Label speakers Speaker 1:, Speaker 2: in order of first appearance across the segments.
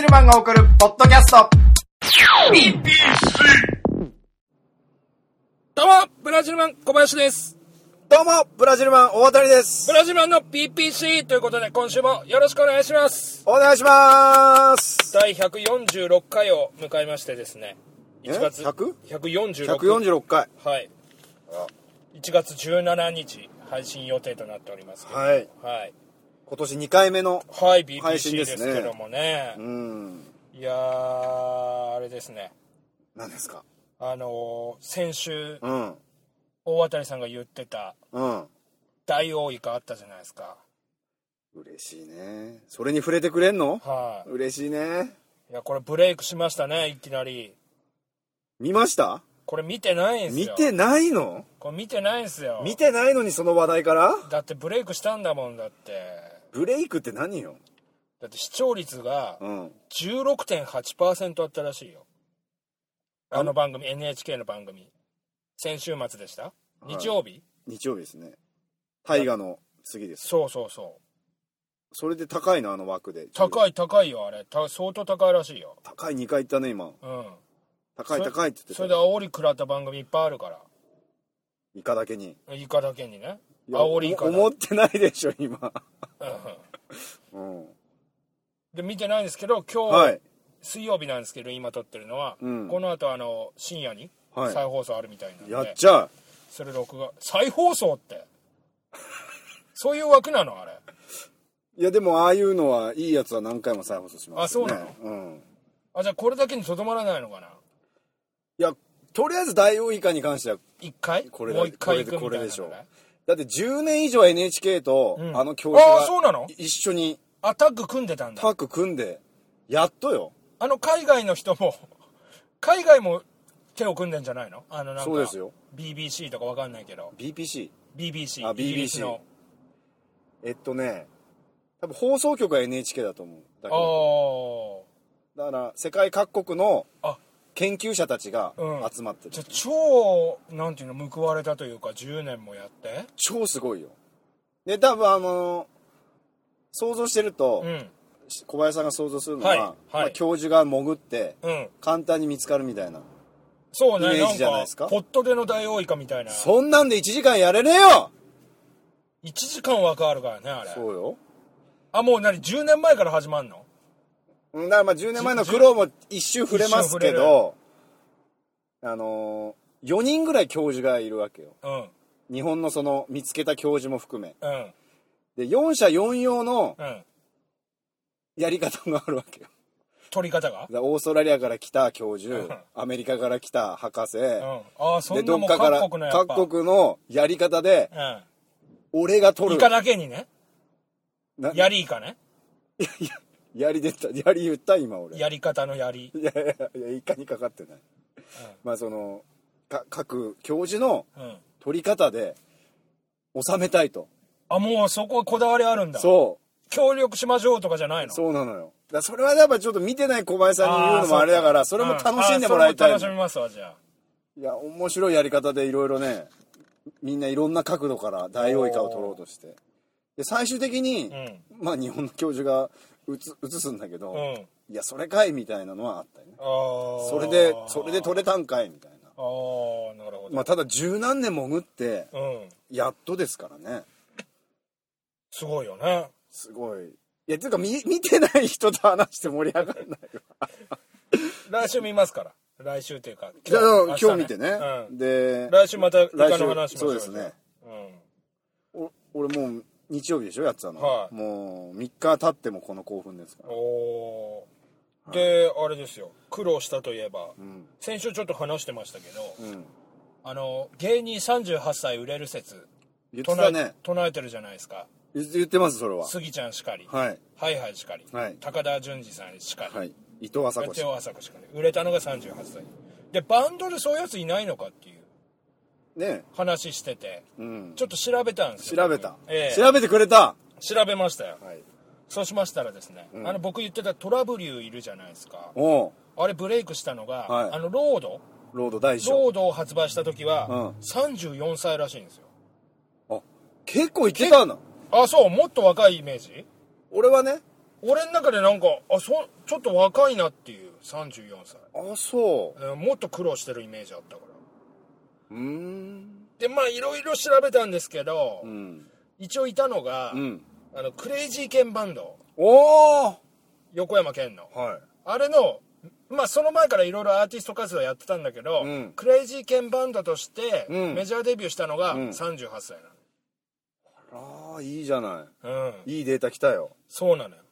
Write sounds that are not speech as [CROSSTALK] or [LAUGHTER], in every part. Speaker 1: ルマンが送るポッドキャスト。
Speaker 2: どうも、ブラジルマン小林です。
Speaker 3: どうも、ブラジルマン大渡りです
Speaker 2: ブ。ラジルマンの PPC ということで、今週もよろしくお願いします。
Speaker 3: お願いします。
Speaker 2: 第146回を迎えましてですね、
Speaker 3: え
Speaker 2: 1月
Speaker 3: 100?
Speaker 2: 146
Speaker 3: 146回。
Speaker 2: はい。1月17日配信予定となっておりますけど。
Speaker 3: はい。
Speaker 2: はい。
Speaker 3: 今年2回目の。
Speaker 2: はい、
Speaker 3: 配
Speaker 2: BPC
Speaker 3: 信で
Speaker 2: ですす
Speaker 3: ね
Speaker 2: けどもね。
Speaker 3: うん。
Speaker 2: いやー、あれですね。
Speaker 3: 何ですか
Speaker 2: あのー先週、
Speaker 3: うん。
Speaker 2: 大渡さんが言ってた、
Speaker 3: うん。
Speaker 2: 大王イカあったじゃないですか。
Speaker 3: 嬉しいね。それに触れてくれんの
Speaker 2: は
Speaker 3: 嬉しいね。
Speaker 2: い。いや、これブレイクしましたね、いきなり。
Speaker 3: 見ました
Speaker 2: これ見てないんす
Speaker 3: 見
Speaker 2: よ
Speaker 3: てないの
Speaker 2: これ見てないんすよ
Speaker 3: 見てないのにその話題から
Speaker 2: だってブレイクしたんだもんだって
Speaker 3: ブレイクって何よ
Speaker 2: だって視聴率が
Speaker 3: うん。
Speaker 2: 16.8%あったらしいよあの番組 NHK の番組先週末でした
Speaker 3: い
Speaker 2: 日曜日、
Speaker 3: 日曜日ですね。大河の次です。
Speaker 2: そうそうそう
Speaker 3: それで高いのあの枠で。い。
Speaker 2: 高い高いよあれた相当高いらしいよ
Speaker 3: 高い2回行ったね、今。
Speaker 2: うん
Speaker 3: 高い高いって言っ
Speaker 2: そ
Speaker 3: てた
Speaker 2: れで。煽り食らった番組いっぱいあるか
Speaker 3: イカだけに。
Speaker 2: らイカだけにね
Speaker 3: いや
Speaker 2: 煽りイカだ
Speaker 3: 思ってないでしょ、今。
Speaker 2: うん
Speaker 3: うん。
Speaker 2: で見てないんですけど今日、
Speaker 3: はい。
Speaker 2: 水曜日なんですけど今撮ってるのは、
Speaker 3: うん
Speaker 2: この後あの深夜に
Speaker 3: はい
Speaker 2: 再放送あるみたいなんで、
Speaker 3: やっちゃう。
Speaker 2: それ録画再放送って [LAUGHS] そういう枠なのあれ
Speaker 3: いやでもああいうのはいいやつは何回も再放送しますよね。
Speaker 2: あそう
Speaker 3: なのうん。
Speaker 2: あじゃあこれだけにとどまらないのかない
Speaker 3: や、とりあえず大王イカに関しては、
Speaker 2: 一回
Speaker 3: これだ
Speaker 2: もう一回行くみたいな
Speaker 3: これでこれでしょ
Speaker 2: のね
Speaker 3: だって10年以上 NHK と
Speaker 2: うん
Speaker 3: あの教授
Speaker 2: あ
Speaker 3: が、
Speaker 2: ーそうなの
Speaker 3: 一緒に
Speaker 2: あタッグ組んでたん
Speaker 3: タ
Speaker 2: だ
Speaker 3: ッグ組んで、やっとよ。
Speaker 2: あの海外の人も [LAUGHS] 海外も手を組んでんじゃないのあのなんか
Speaker 3: そうですよ
Speaker 2: BBC とかわかんないけど
Speaker 3: BPC。
Speaker 2: BBC
Speaker 3: あ
Speaker 2: イギリスの
Speaker 3: えっとね、多分放送局は NHK だと思う。だけど
Speaker 2: あ
Speaker 3: だから世界各国の
Speaker 2: ああ
Speaker 3: 研究者たちが
Speaker 2: うん
Speaker 3: 集まってる。
Speaker 2: じゃあ超なんていうの報われたというか10年もやって
Speaker 3: 超すごいよ。で、多分あのー想像してると、
Speaker 2: うん
Speaker 3: 小林さんが想像するのは、
Speaker 2: はいはい
Speaker 3: まあ教授が潜って
Speaker 2: うん
Speaker 3: 簡単に見つかるみたいな、
Speaker 2: そうね
Speaker 3: イメージじゃないですか
Speaker 2: んかポットでの大王イカみたいな
Speaker 3: そんなんで1時間やれねえよ
Speaker 2: 1時間枠あるからねあれ
Speaker 3: そうよ
Speaker 2: あもう何10年前から始まんの
Speaker 3: うんだからまあ10年前の苦労も一周触れますけどあのー、4人ぐらい教授がいるわけよ
Speaker 2: うん
Speaker 3: 日本のその見つけた教授も含め
Speaker 2: うん
Speaker 3: で4社4用の
Speaker 2: うん
Speaker 3: やり方があるわけよ
Speaker 2: 取り方が
Speaker 3: だからオーストラリアから来た教
Speaker 2: うん
Speaker 3: 授アメリカから来た博士、
Speaker 2: うんああそ
Speaker 3: で
Speaker 2: んな
Speaker 3: ど
Speaker 2: も
Speaker 3: っ
Speaker 2: う
Speaker 3: かから
Speaker 2: 各国のやっぱ
Speaker 3: 各国のやり方で俺が
Speaker 2: うん
Speaker 3: 取
Speaker 2: イカ
Speaker 3: る
Speaker 2: だけにね
Speaker 3: な
Speaker 2: やりイカね
Speaker 3: やりで [LAUGHS] ったやり言った今俺
Speaker 2: やり方のやり
Speaker 3: いやい [LAUGHS] やいやイカにかかってない、まあそのか各教授の
Speaker 2: うん
Speaker 3: 取り方で収めたいと
Speaker 2: あもうそこはこだわりあるんだ
Speaker 3: そ
Speaker 2: 協力しましょうとかじゃないの
Speaker 3: うそうなのよだからそれはやっぱちょっと見てない小林さんに言うのもあれだから
Speaker 2: あー
Speaker 3: そうれも楽しんでもらいた
Speaker 2: うん
Speaker 3: い
Speaker 2: あーそれ
Speaker 3: の
Speaker 2: も楽しみますわじゃ
Speaker 3: いや面白いやり方でいろいろねみんないろんな角度からダイオウイカを取ろうとしてで最終的に、まあ日本の教授がうつ移すんだけど、
Speaker 2: あうん
Speaker 3: いやそれかいみたいなのはあったよね
Speaker 2: あー
Speaker 3: それでそれで取れたんかいみたいな
Speaker 2: ああなるほど、
Speaker 3: まあただ十何年潜って
Speaker 2: うん
Speaker 3: やっとですからね
Speaker 2: すごいよね
Speaker 3: すごいいやていうか見見てない人と話して盛り上がらないわ
Speaker 2: 来週見ますから来週 [LAUGHS] っていうか
Speaker 3: じゃあ
Speaker 2: 明日
Speaker 3: 今日見てね、
Speaker 2: うん
Speaker 3: で
Speaker 2: 来週またイカの
Speaker 3: 来
Speaker 2: 話しまし
Speaker 3: 週
Speaker 2: ょ
Speaker 3: そううですね
Speaker 2: うん
Speaker 3: お俺もう日曜日でしょやってたの、
Speaker 2: はい
Speaker 3: もう3日経ってもこの興奮ですから
Speaker 2: おおーであれですよ苦労したといえば、
Speaker 3: ん
Speaker 2: 先週ちょっと話してましたけど、
Speaker 3: うん
Speaker 2: あの芸人38歳売れる説
Speaker 3: 言って
Speaker 2: 唱
Speaker 3: た
Speaker 2: え,、
Speaker 3: ね
Speaker 2: 唱えてるじゃないですか
Speaker 3: 言って言ってますそれは
Speaker 2: スギちゃんしかり、
Speaker 3: はい
Speaker 2: ハイハイしかり、
Speaker 3: はい
Speaker 2: 高田純次さんしかり、
Speaker 3: はい伊藤麻子氏
Speaker 2: 松尾朝子しかり売れたのが38歳でバンドでそういうやついないのかっていう
Speaker 3: ね
Speaker 2: 話してて、
Speaker 3: うん
Speaker 2: ちょっと調べたんですよ
Speaker 3: 調べた、
Speaker 2: ええ
Speaker 3: 調べてくれた
Speaker 2: 調べましたよ、
Speaker 3: はい
Speaker 2: そうしましたらですね、あの僕言ってたトラブリューいるじゃないですか
Speaker 3: おう
Speaker 2: あれブレイクしたのが、
Speaker 3: はい
Speaker 2: あのロード
Speaker 3: ロード大賞
Speaker 2: ロードを発売した時は、
Speaker 3: うん
Speaker 2: 34歳らしいんですよ
Speaker 3: あ結構いけたな
Speaker 2: あそうもっと若いイメージ
Speaker 3: 俺はね
Speaker 2: 俺の中でなんかあそちょっと若いなっていう34歳
Speaker 3: あそ
Speaker 2: えーもっと苦労してるイメージあったから
Speaker 3: ううーん
Speaker 2: でまあいろいろ調べたんですけど、
Speaker 3: うん
Speaker 2: 一応いたのが、
Speaker 3: うん
Speaker 2: あのクレイジーケンバンド
Speaker 3: おお
Speaker 2: 横山健の
Speaker 3: は
Speaker 2: あれのまあその前からいろいろアーティスト活動やってたんだけど、
Speaker 3: うん
Speaker 2: クレイジーケンバンドとして
Speaker 3: うん
Speaker 2: メジャーデビューしたのが
Speaker 3: うん
Speaker 2: 38歳
Speaker 3: いああいいじゃな
Speaker 2: なの、うん
Speaker 3: いいいデータ来たよ
Speaker 2: そうなのよ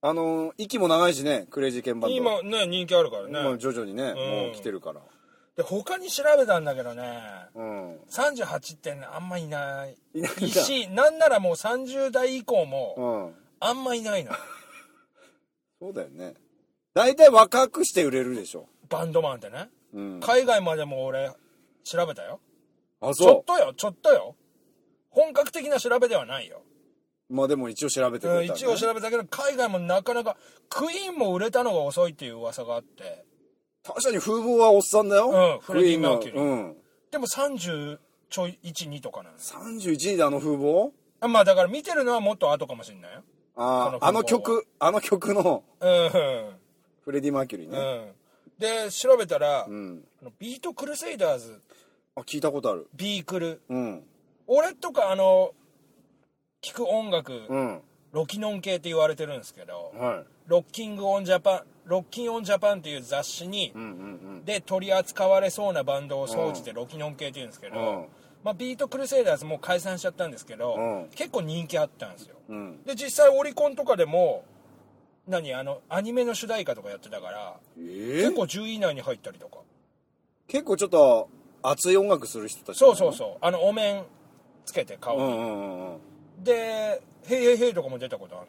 Speaker 3: あのー息も長いしねクレイジーケンバンド
Speaker 2: 今ね人気あるから
Speaker 3: もう
Speaker 2: ね
Speaker 3: 徐々にね、
Speaker 2: ん
Speaker 3: もう来てるから
Speaker 2: で他に調べたんだけどね
Speaker 3: うん
Speaker 2: 38ってねあんまいない
Speaker 3: いないんだ
Speaker 2: いいしなんならもう30代以降も
Speaker 3: うん
Speaker 2: あんまい
Speaker 3: [LAUGHS]
Speaker 2: ないの
Speaker 3: そうだよね大体若くして売れるでしょ、
Speaker 2: バンドマンってね
Speaker 3: うん、
Speaker 2: 海外までも俺調べたよ
Speaker 3: あ
Speaker 2: ちょっ
Speaker 3: そ
Speaker 2: とよちょっとよ本格的な調べではないよ、
Speaker 3: うまあでも一応調べてくれた
Speaker 2: うん
Speaker 3: んだね
Speaker 2: 一応調べたけど海外もなかなかクイーンも売れたのが遅いっていう噂があって
Speaker 3: 確かに風貌はおっさんだよ、
Speaker 2: うんフレディ
Speaker 3: の
Speaker 2: マーキュリー
Speaker 3: うん
Speaker 2: でも30ちょい12とかなんです
Speaker 3: 31位であの風貌
Speaker 2: あまあだから見てるのはもっと後かもしんないよそ
Speaker 3: あ
Speaker 2: の風貌
Speaker 3: ああの曲あの曲の [LAUGHS]
Speaker 2: うん
Speaker 3: フレディ・マーキュリー
Speaker 2: う
Speaker 3: ね
Speaker 2: んで調べたら、
Speaker 3: うん、
Speaker 2: あのビートクルセイダーズ
Speaker 3: あ聞いたことある
Speaker 2: ビークル
Speaker 3: うん
Speaker 2: 俺とかあの聞く音楽、
Speaker 3: うん
Speaker 2: ロキノン系って言われてるんですけど、
Speaker 3: は
Speaker 2: ロッキングオンジャパンロッキンオンジャパンっていう雑誌に、
Speaker 3: いうんうん
Speaker 2: で取り扱われそうなバンドを総じてロキノン系っていうんですけど、
Speaker 3: うん
Speaker 2: まあ、ビートクルセイダーズもう解散しちゃったんですけど、
Speaker 3: うん
Speaker 2: 結構人気あったんですよ
Speaker 3: うんうん
Speaker 2: で実際オリコンとかでも何あのアニメの主題歌とかやってたから
Speaker 3: ええ
Speaker 2: 結構10位以内に入ったりとか
Speaker 3: 結構ちょっと熱い音楽する人たち
Speaker 2: そうそう
Speaker 3: う
Speaker 2: そうあのお面つけて顔
Speaker 3: う
Speaker 2: に、
Speaker 3: んうんうんうん
Speaker 2: で「ヘイヘイヘイ」とかも出たことある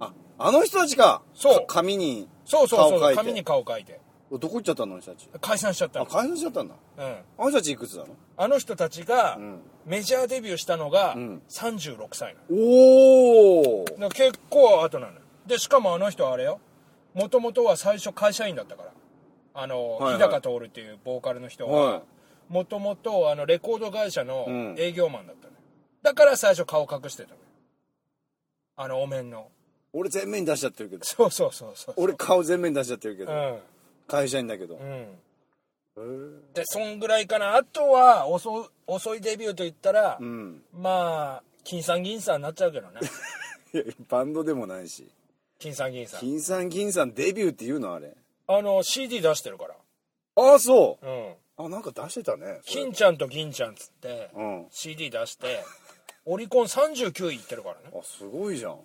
Speaker 3: ああの人たちか
Speaker 2: そう
Speaker 3: か紙に
Speaker 2: そうそうそう
Speaker 3: 顔描いて
Speaker 2: 紙に顔描いて
Speaker 3: どこ行っちゃったのあの人たち
Speaker 2: 解散しちゃった
Speaker 3: あ
Speaker 2: の
Speaker 3: 解散しちゃったんだ
Speaker 2: うん、
Speaker 3: あの人たちいくつなの
Speaker 2: あの人たちが
Speaker 3: ん
Speaker 2: メジャーデビューしたのが
Speaker 3: ん
Speaker 2: 36歳なの
Speaker 3: おお
Speaker 2: だから結構後なのよでしかもあの人はあれよもともとは最初会社員だったからあの、
Speaker 3: はいはい
Speaker 2: 日高徹っていうボーカルの人
Speaker 3: は
Speaker 2: はもともとレコード会社の
Speaker 3: うん
Speaker 2: 営業マンだったのよだから最初顔隠してたのよあのお面の [LAUGHS]
Speaker 3: 俺全面に出しちゃってるけど
Speaker 2: そうそうそうそう
Speaker 3: 俺顔全面に出しちゃってるけ
Speaker 2: う
Speaker 3: ど
Speaker 2: ん
Speaker 3: 会社員だけど
Speaker 2: うん
Speaker 3: うん
Speaker 2: でそんぐらいかなあとは遅い遅いデビューといったら、
Speaker 3: うん
Speaker 2: まあ金さん銀さんになっちゃうけ
Speaker 3: [LAUGHS]
Speaker 2: どね
Speaker 3: いやバンドでもないし
Speaker 2: 金さん銀さん
Speaker 3: 金さん銀さんデビューって言うのあれ
Speaker 2: あの CD 出してるから
Speaker 3: ああそ
Speaker 2: うん
Speaker 3: うあなんか出してたねそれ
Speaker 2: 金ちゃんと銀ちゃんっつって、
Speaker 3: うん
Speaker 2: CD 出してオリコン39位いってるからね
Speaker 3: あすごいじゃん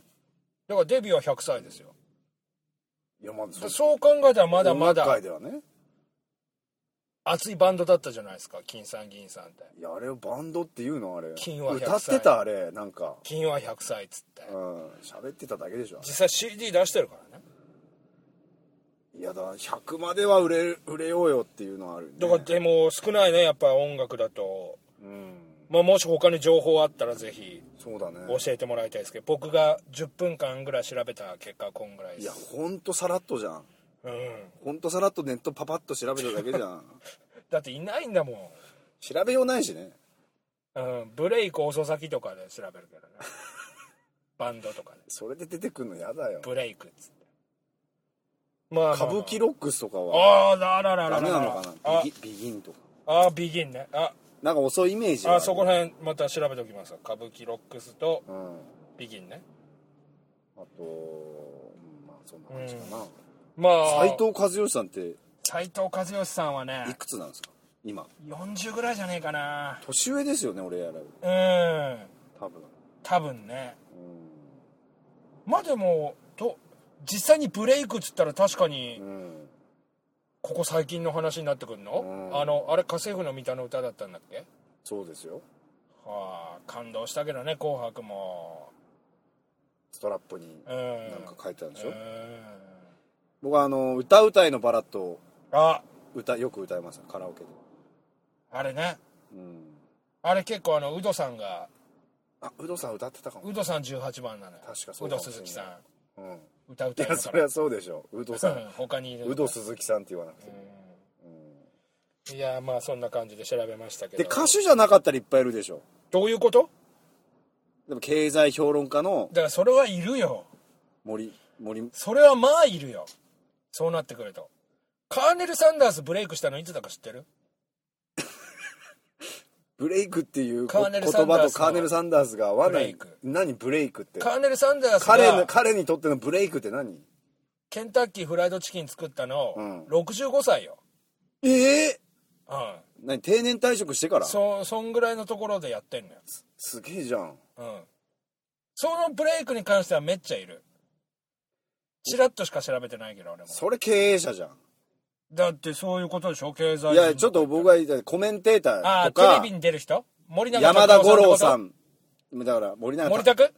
Speaker 2: だからデビューは100歳ですよ
Speaker 3: いやまだ
Speaker 2: でそう考えたらまだま
Speaker 3: 音楽界
Speaker 2: だ
Speaker 3: ではね
Speaker 2: 熱いバンドだったじゃないですか金さん銀さんって
Speaker 3: いやあれをバンドっていうのあれ
Speaker 2: 金は100
Speaker 3: 歌ってたあれなんか
Speaker 2: 金は100歳っつって
Speaker 3: うん喋ってただけでしょあれ
Speaker 2: 実際 CD 出してるからね
Speaker 3: いやだ100までは売れ売れようよっていうのはあるね
Speaker 2: だからでも少ないねやっぱり音楽だと、
Speaker 3: うん
Speaker 2: まあ、もし他に情報あったらぜひ
Speaker 3: そうだね
Speaker 2: 教えてもらいたいですけど僕が10分間ぐらい調べた結果はこんぐらいで
Speaker 3: いや
Speaker 2: す
Speaker 3: ほんとさらっとじゃん
Speaker 2: うん
Speaker 3: ほんとさらっとネットパパッと調べただけじゃ
Speaker 2: [LAUGHS]
Speaker 3: ん
Speaker 2: だっていないんだもん
Speaker 3: 調べようないしね
Speaker 2: うん、ブレイク遅咲きとかで調べるけ
Speaker 3: [LAUGHS]
Speaker 2: どねバンドとかで
Speaker 3: それで出てくるのやだよ
Speaker 2: ブレイクっつってまあまあまあ
Speaker 3: 歌舞伎ロックスとかは
Speaker 2: あーあらららら
Speaker 3: ダメなのかな
Speaker 2: あ
Speaker 3: ビギビギンとか
Speaker 2: あービギンねあ
Speaker 3: なんか遅いイメージが
Speaker 2: あそこら辺また調べておきます歌舞伎ロックスと
Speaker 3: うん
Speaker 2: ビギンね
Speaker 3: あとうんまあそんな感じかな
Speaker 2: まあ
Speaker 3: 斎藤和義さんってい
Speaker 2: 斉藤和義さんはね
Speaker 3: くつなんですか今
Speaker 2: 40ぐらいじゃねえかな
Speaker 3: 年上ですよね俺やらより
Speaker 2: うん
Speaker 3: 多分
Speaker 2: 多分ね
Speaker 3: う
Speaker 2: まあでもと実際にブレイクっつったら確かに、
Speaker 3: んうん
Speaker 2: ここ最近の話になってくるの、
Speaker 3: うん
Speaker 2: あのあれ家政婦のミタの歌だったんだっけ
Speaker 3: そうですよ
Speaker 2: はあ感動したけどね「紅白も」
Speaker 3: ストラップに
Speaker 2: うん
Speaker 3: なんか書いてあるんでしょ、
Speaker 2: うん
Speaker 3: 僕はあの歌うたいのバラッドを
Speaker 2: あ
Speaker 3: 歌よく歌いますカラオケで、
Speaker 2: あれね
Speaker 3: うん、
Speaker 2: あれ結構あのウドさんが
Speaker 3: あウドさん歌ってたかも
Speaker 2: ウドさん18番なのよ
Speaker 3: 確かそう
Speaker 2: ウ
Speaker 3: か
Speaker 2: ド
Speaker 3: もしれ
Speaker 2: 鈴
Speaker 3: ない
Speaker 2: 木さ
Speaker 3: うん
Speaker 2: ん歌う
Speaker 3: い
Speaker 2: たい
Speaker 3: や
Speaker 2: の
Speaker 3: そ
Speaker 2: か
Speaker 3: り
Speaker 2: な
Speaker 3: ゃそうでしょウドさ
Speaker 2: うん
Speaker 3: ん
Speaker 2: 他にいる
Speaker 3: ウド鈴木さんって言わなくて
Speaker 2: いやまあそんな感じで調べましたけど
Speaker 3: で歌手じゃなかったらいっぱいいるでしょ
Speaker 2: どういうこと
Speaker 3: でも経済評論家の
Speaker 2: だからそれはいるよ
Speaker 3: 森森
Speaker 2: それはまあいるよそうなってくるとカーネル・サンダースブレイクしたのいつだか知ってる
Speaker 3: ブレイクっていうこ
Speaker 2: カー
Speaker 3: 言
Speaker 2: ネル
Speaker 3: 葉
Speaker 2: サンダー
Speaker 3: と
Speaker 2: スの
Speaker 3: カーネル・サンダースが合わな
Speaker 2: ブレ
Speaker 3: い
Speaker 2: イク
Speaker 3: 何ブレイクって
Speaker 2: カーネル・サンダース
Speaker 3: 彼の
Speaker 2: が
Speaker 3: 彼にとってのブレイクって何
Speaker 2: ケンタッキーフライドチキン作った
Speaker 3: うん
Speaker 2: の65歳よ、
Speaker 3: ええ
Speaker 2: うん、
Speaker 3: 何定年退職してから
Speaker 2: そそんぐらいのところでやってんのよ、
Speaker 3: すげえじゃん
Speaker 2: うん、そのブレイクに関してはめっちゃいるチラッとしか調べてないけど俺も
Speaker 3: それ経営者じゃん
Speaker 2: だってそういうことでしょ経済人
Speaker 3: いやちょっと僕が言いたいコメンテータ
Speaker 2: あ
Speaker 3: ー
Speaker 2: あ
Speaker 3: と
Speaker 2: テ
Speaker 3: か
Speaker 2: レビに出る人森永
Speaker 3: 山田
Speaker 2: 拓
Speaker 3: 五郎
Speaker 2: 郎
Speaker 3: さ
Speaker 2: さんって
Speaker 3: んだから森永
Speaker 2: こと森
Speaker 3: 森田
Speaker 2: 拓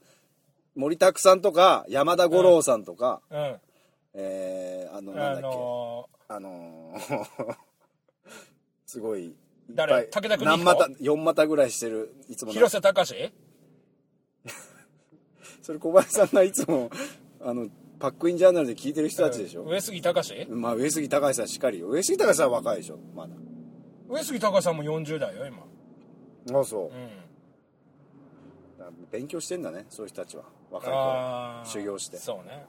Speaker 3: 森拓さんとか山田五郎さんとか、
Speaker 2: うん
Speaker 3: えー、あのなんだ
Speaker 2: あ
Speaker 3: っけ、
Speaker 2: の
Speaker 3: あのー [LAUGHS] すごいいっぱい
Speaker 2: 誰武田邦彦
Speaker 3: 何股4股ぐらいしてるいつ
Speaker 2: ー
Speaker 3: もな
Speaker 2: 広瀬隆史
Speaker 3: それ小林さんがいつもあのパックインジャーナルで聞いてる人たちでしょ、
Speaker 2: 上杉隆史
Speaker 3: まあ上杉隆さんしかりよ上杉隆さんは若いでしょまだ
Speaker 2: 上杉隆さんも40代よ今
Speaker 3: ああそう
Speaker 2: う、ん
Speaker 3: 勉強してんだねそういう人たちは若い
Speaker 2: あ
Speaker 3: 頃
Speaker 2: あ
Speaker 3: 修行して
Speaker 2: そうね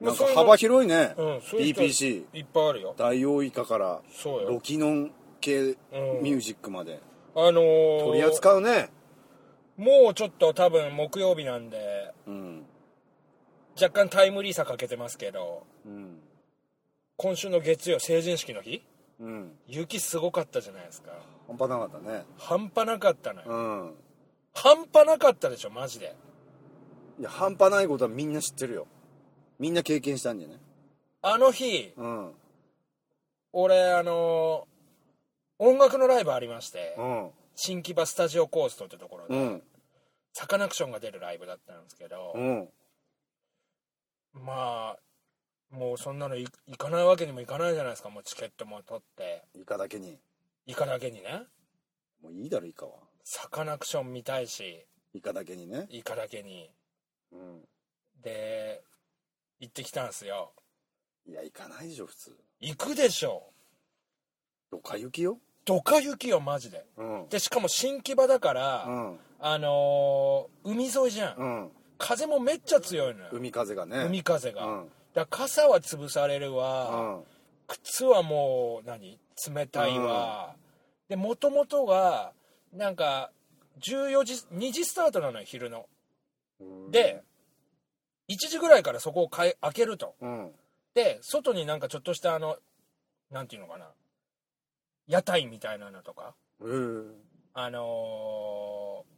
Speaker 3: なんか
Speaker 2: そういうの
Speaker 3: 幅広いね、
Speaker 2: うん、うん、そういう人
Speaker 3: BPC
Speaker 2: いっぱいあるよ
Speaker 3: ダイオウイカから
Speaker 2: そうよ
Speaker 3: ロキノン系
Speaker 2: うん
Speaker 3: ミュージックまで
Speaker 2: あのー、
Speaker 3: 取り扱うね
Speaker 2: もうちょっと多分木曜日なんで
Speaker 3: うん
Speaker 2: 若干タイムリーさかけてますけど
Speaker 3: うん
Speaker 2: 今週の月曜成人式の日
Speaker 3: うん
Speaker 2: 雪すごかったじゃないですか
Speaker 3: 半端なかったね
Speaker 2: 半端なかったのよ、
Speaker 3: うん
Speaker 2: 半端なかったでしょマジで
Speaker 3: いや半端ないことはみんな知ってるよみんな経験したんじゃない
Speaker 2: あの日
Speaker 3: うん
Speaker 2: 俺あのー音楽のライブありまして、
Speaker 3: うん
Speaker 2: 新木場スタジオコーストってところ
Speaker 3: う
Speaker 2: で、
Speaker 3: ん
Speaker 2: サカナクションが出るライブだったんですけど、
Speaker 3: うん
Speaker 2: まあもうそんなのい行かないわけにもいかないじゃないですかもうチケットも取って
Speaker 3: イカだけに
Speaker 2: イカだけにね
Speaker 3: もういいだろイカは
Speaker 2: サカナクション見たいし
Speaker 3: イカだけにね
Speaker 2: イカだけに
Speaker 3: うん
Speaker 2: で行ってきたんすよ
Speaker 3: いや行かないでしょ普通
Speaker 2: 行くでしょ
Speaker 3: どか雪よ
Speaker 2: ドカ雪よマジで
Speaker 3: うん
Speaker 2: でしかも新木場だから、
Speaker 3: うん
Speaker 2: あのー海沿いじゃん、
Speaker 3: うん
Speaker 2: 風もめっちゃ強いのよ
Speaker 3: 海風がね
Speaker 2: 海風が、
Speaker 3: うん
Speaker 2: だから傘は潰される
Speaker 3: う
Speaker 2: わ、
Speaker 3: ん
Speaker 2: 靴はもう何冷たいわ、でもともとがなんか14時2時スタートなのよ昼ので1時ぐらいからそこをかえ開けると
Speaker 3: うん
Speaker 2: で外になんかちょっとしたあのなんていうのかな屋台みたいなのとか
Speaker 3: うん
Speaker 2: あのー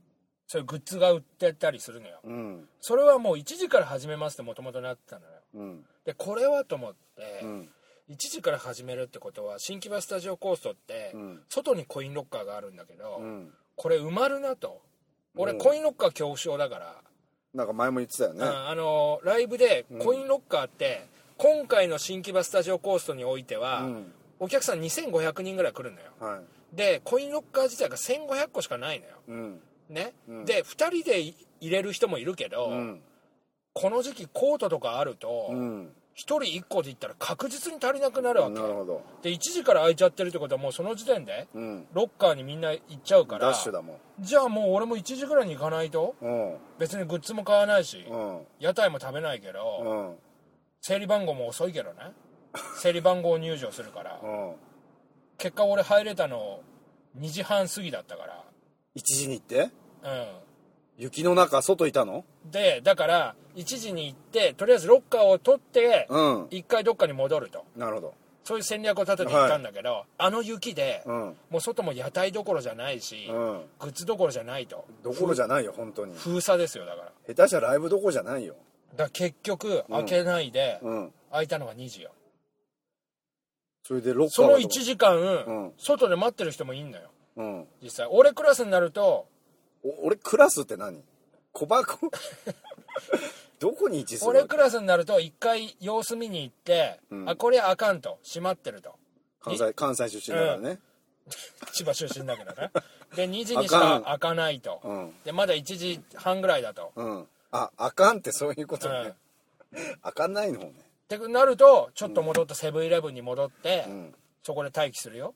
Speaker 2: そういうグッズが売ってたりするのよ
Speaker 3: うん
Speaker 2: それはもう1時から始めますってもともとなってたのよ
Speaker 3: うん
Speaker 2: でこれはと思って、
Speaker 3: うん
Speaker 2: 1時から始めるってことは新木場スタジオコーストって、
Speaker 3: うん
Speaker 2: 外にコインロッカーがあるんだけど、
Speaker 3: うん
Speaker 2: これ埋まるなと俺
Speaker 3: うん
Speaker 2: コインロッカー恐怖症だから、
Speaker 3: なんか前も言ってたよね
Speaker 2: ああのーライブでコインロッカーって、今回の新木場スタジオコーストにおいては、
Speaker 3: うん
Speaker 2: お客さん2500人ぐらい来るのよ
Speaker 3: はい
Speaker 2: でコインロッカー自体が1500個しかないのよ
Speaker 3: うん
Speaker 2: ね、
Speaker 3: うん
Speaker 2: で2人でい入れる人もいるけど、
Speaker 3: うん
Speaker 2: この時期コートとかあると、
Speaker 3: うん
Speaker 2: 1人1個でいったら確実に足りなくなる
Speaker 3: な
Speaker 2: わけ
Speaker 3: るほど
Speaker 2: で1時から空いちゃってるってことはもうその時点で
Speaker 3: うん
Speaker 2: ロッカーにみんな行っちゃうから
Speaker 3: ダッシュだもん
Speaker 2: じゃあもう俺も1時ぐらいに行かないと
Speaker 3: うん
Speaker 2: 別にグッズも買わないし、
Speaker 3: うん
Speaker 2: 屋台も食べないけど、
Speaker 3: うん
Speaker 2: 整理番号も遅いけどね整理番号入場するから
Speaker 3: うん
Speaker 2: 結果俺入れたの2時半過ぎだったから
Speaker 3: 一時に行って
Speaker 2: うん
Speaker 3: 雪の中外いたの
Speaker 2: でだから1時に行ってとりあえずロッカーを取って
Speaker 3: うん
Speaker 2: 一回どっかに戻ると
Speaker 3: なるほど
Speaker 2: そういう戦略を立てて行ったんだけど、あの雪で、
Speaker 3: うん
Speaker 2: もう外も屋台どころじゃないし、
Speaker 3: うん
Speaker 2: グッズどころじゃないと
Speaker 3: どころじゃないよ本当に
Speaker 2: 封鎖ですよだからだか
Speaker 3: 下手したらライブどころじゃないよ
Speaker 2: ら結局開けないで、
Speaker 3: うん
Speaker 2: 開いたのが2時よ
Speaker 3: それでロッカー
Speaker 2: そ
Speaker 3: はど
Speaker 2: の
Speaker 3: こ
Speaker 2: 1時間、
Speaker 3: うん
Speaker 2: 外で待ってる人もいんのよ
Speaker 3: うん
Speaker 2: 実際俺クラスになると
Speaker 3: お俺クラスって何小箱 [LAUGHS] どこに位置する
Speaker 2: 俺クラスになると一回様子見に行って、
Speaker 3: ん
Speaker 2: あこれあかんと閉まってると
Speaker 3: 関西関西出身だからね
Speaker 2: 千葉出身だけど
Speaker 3: [LAUGHS]
Speaker 2: ねで2時にし
Speaker 3: あか
Speaker 2: か
Speaker 3: ん
Speaker 2: 開かないと、
Speaker 3: うん
Speaker 2: でまだ1時半ぐらいだと、
Speaker 3: うんああかんってそういうこと
Speaker 2: うん
Speaker 3: ねあかんないのね
Speaker 2: ってなるとちょっと戻ってセブンイレブンに戻って、
Speaker 3: うん
Speaker 2: そこで待機するよ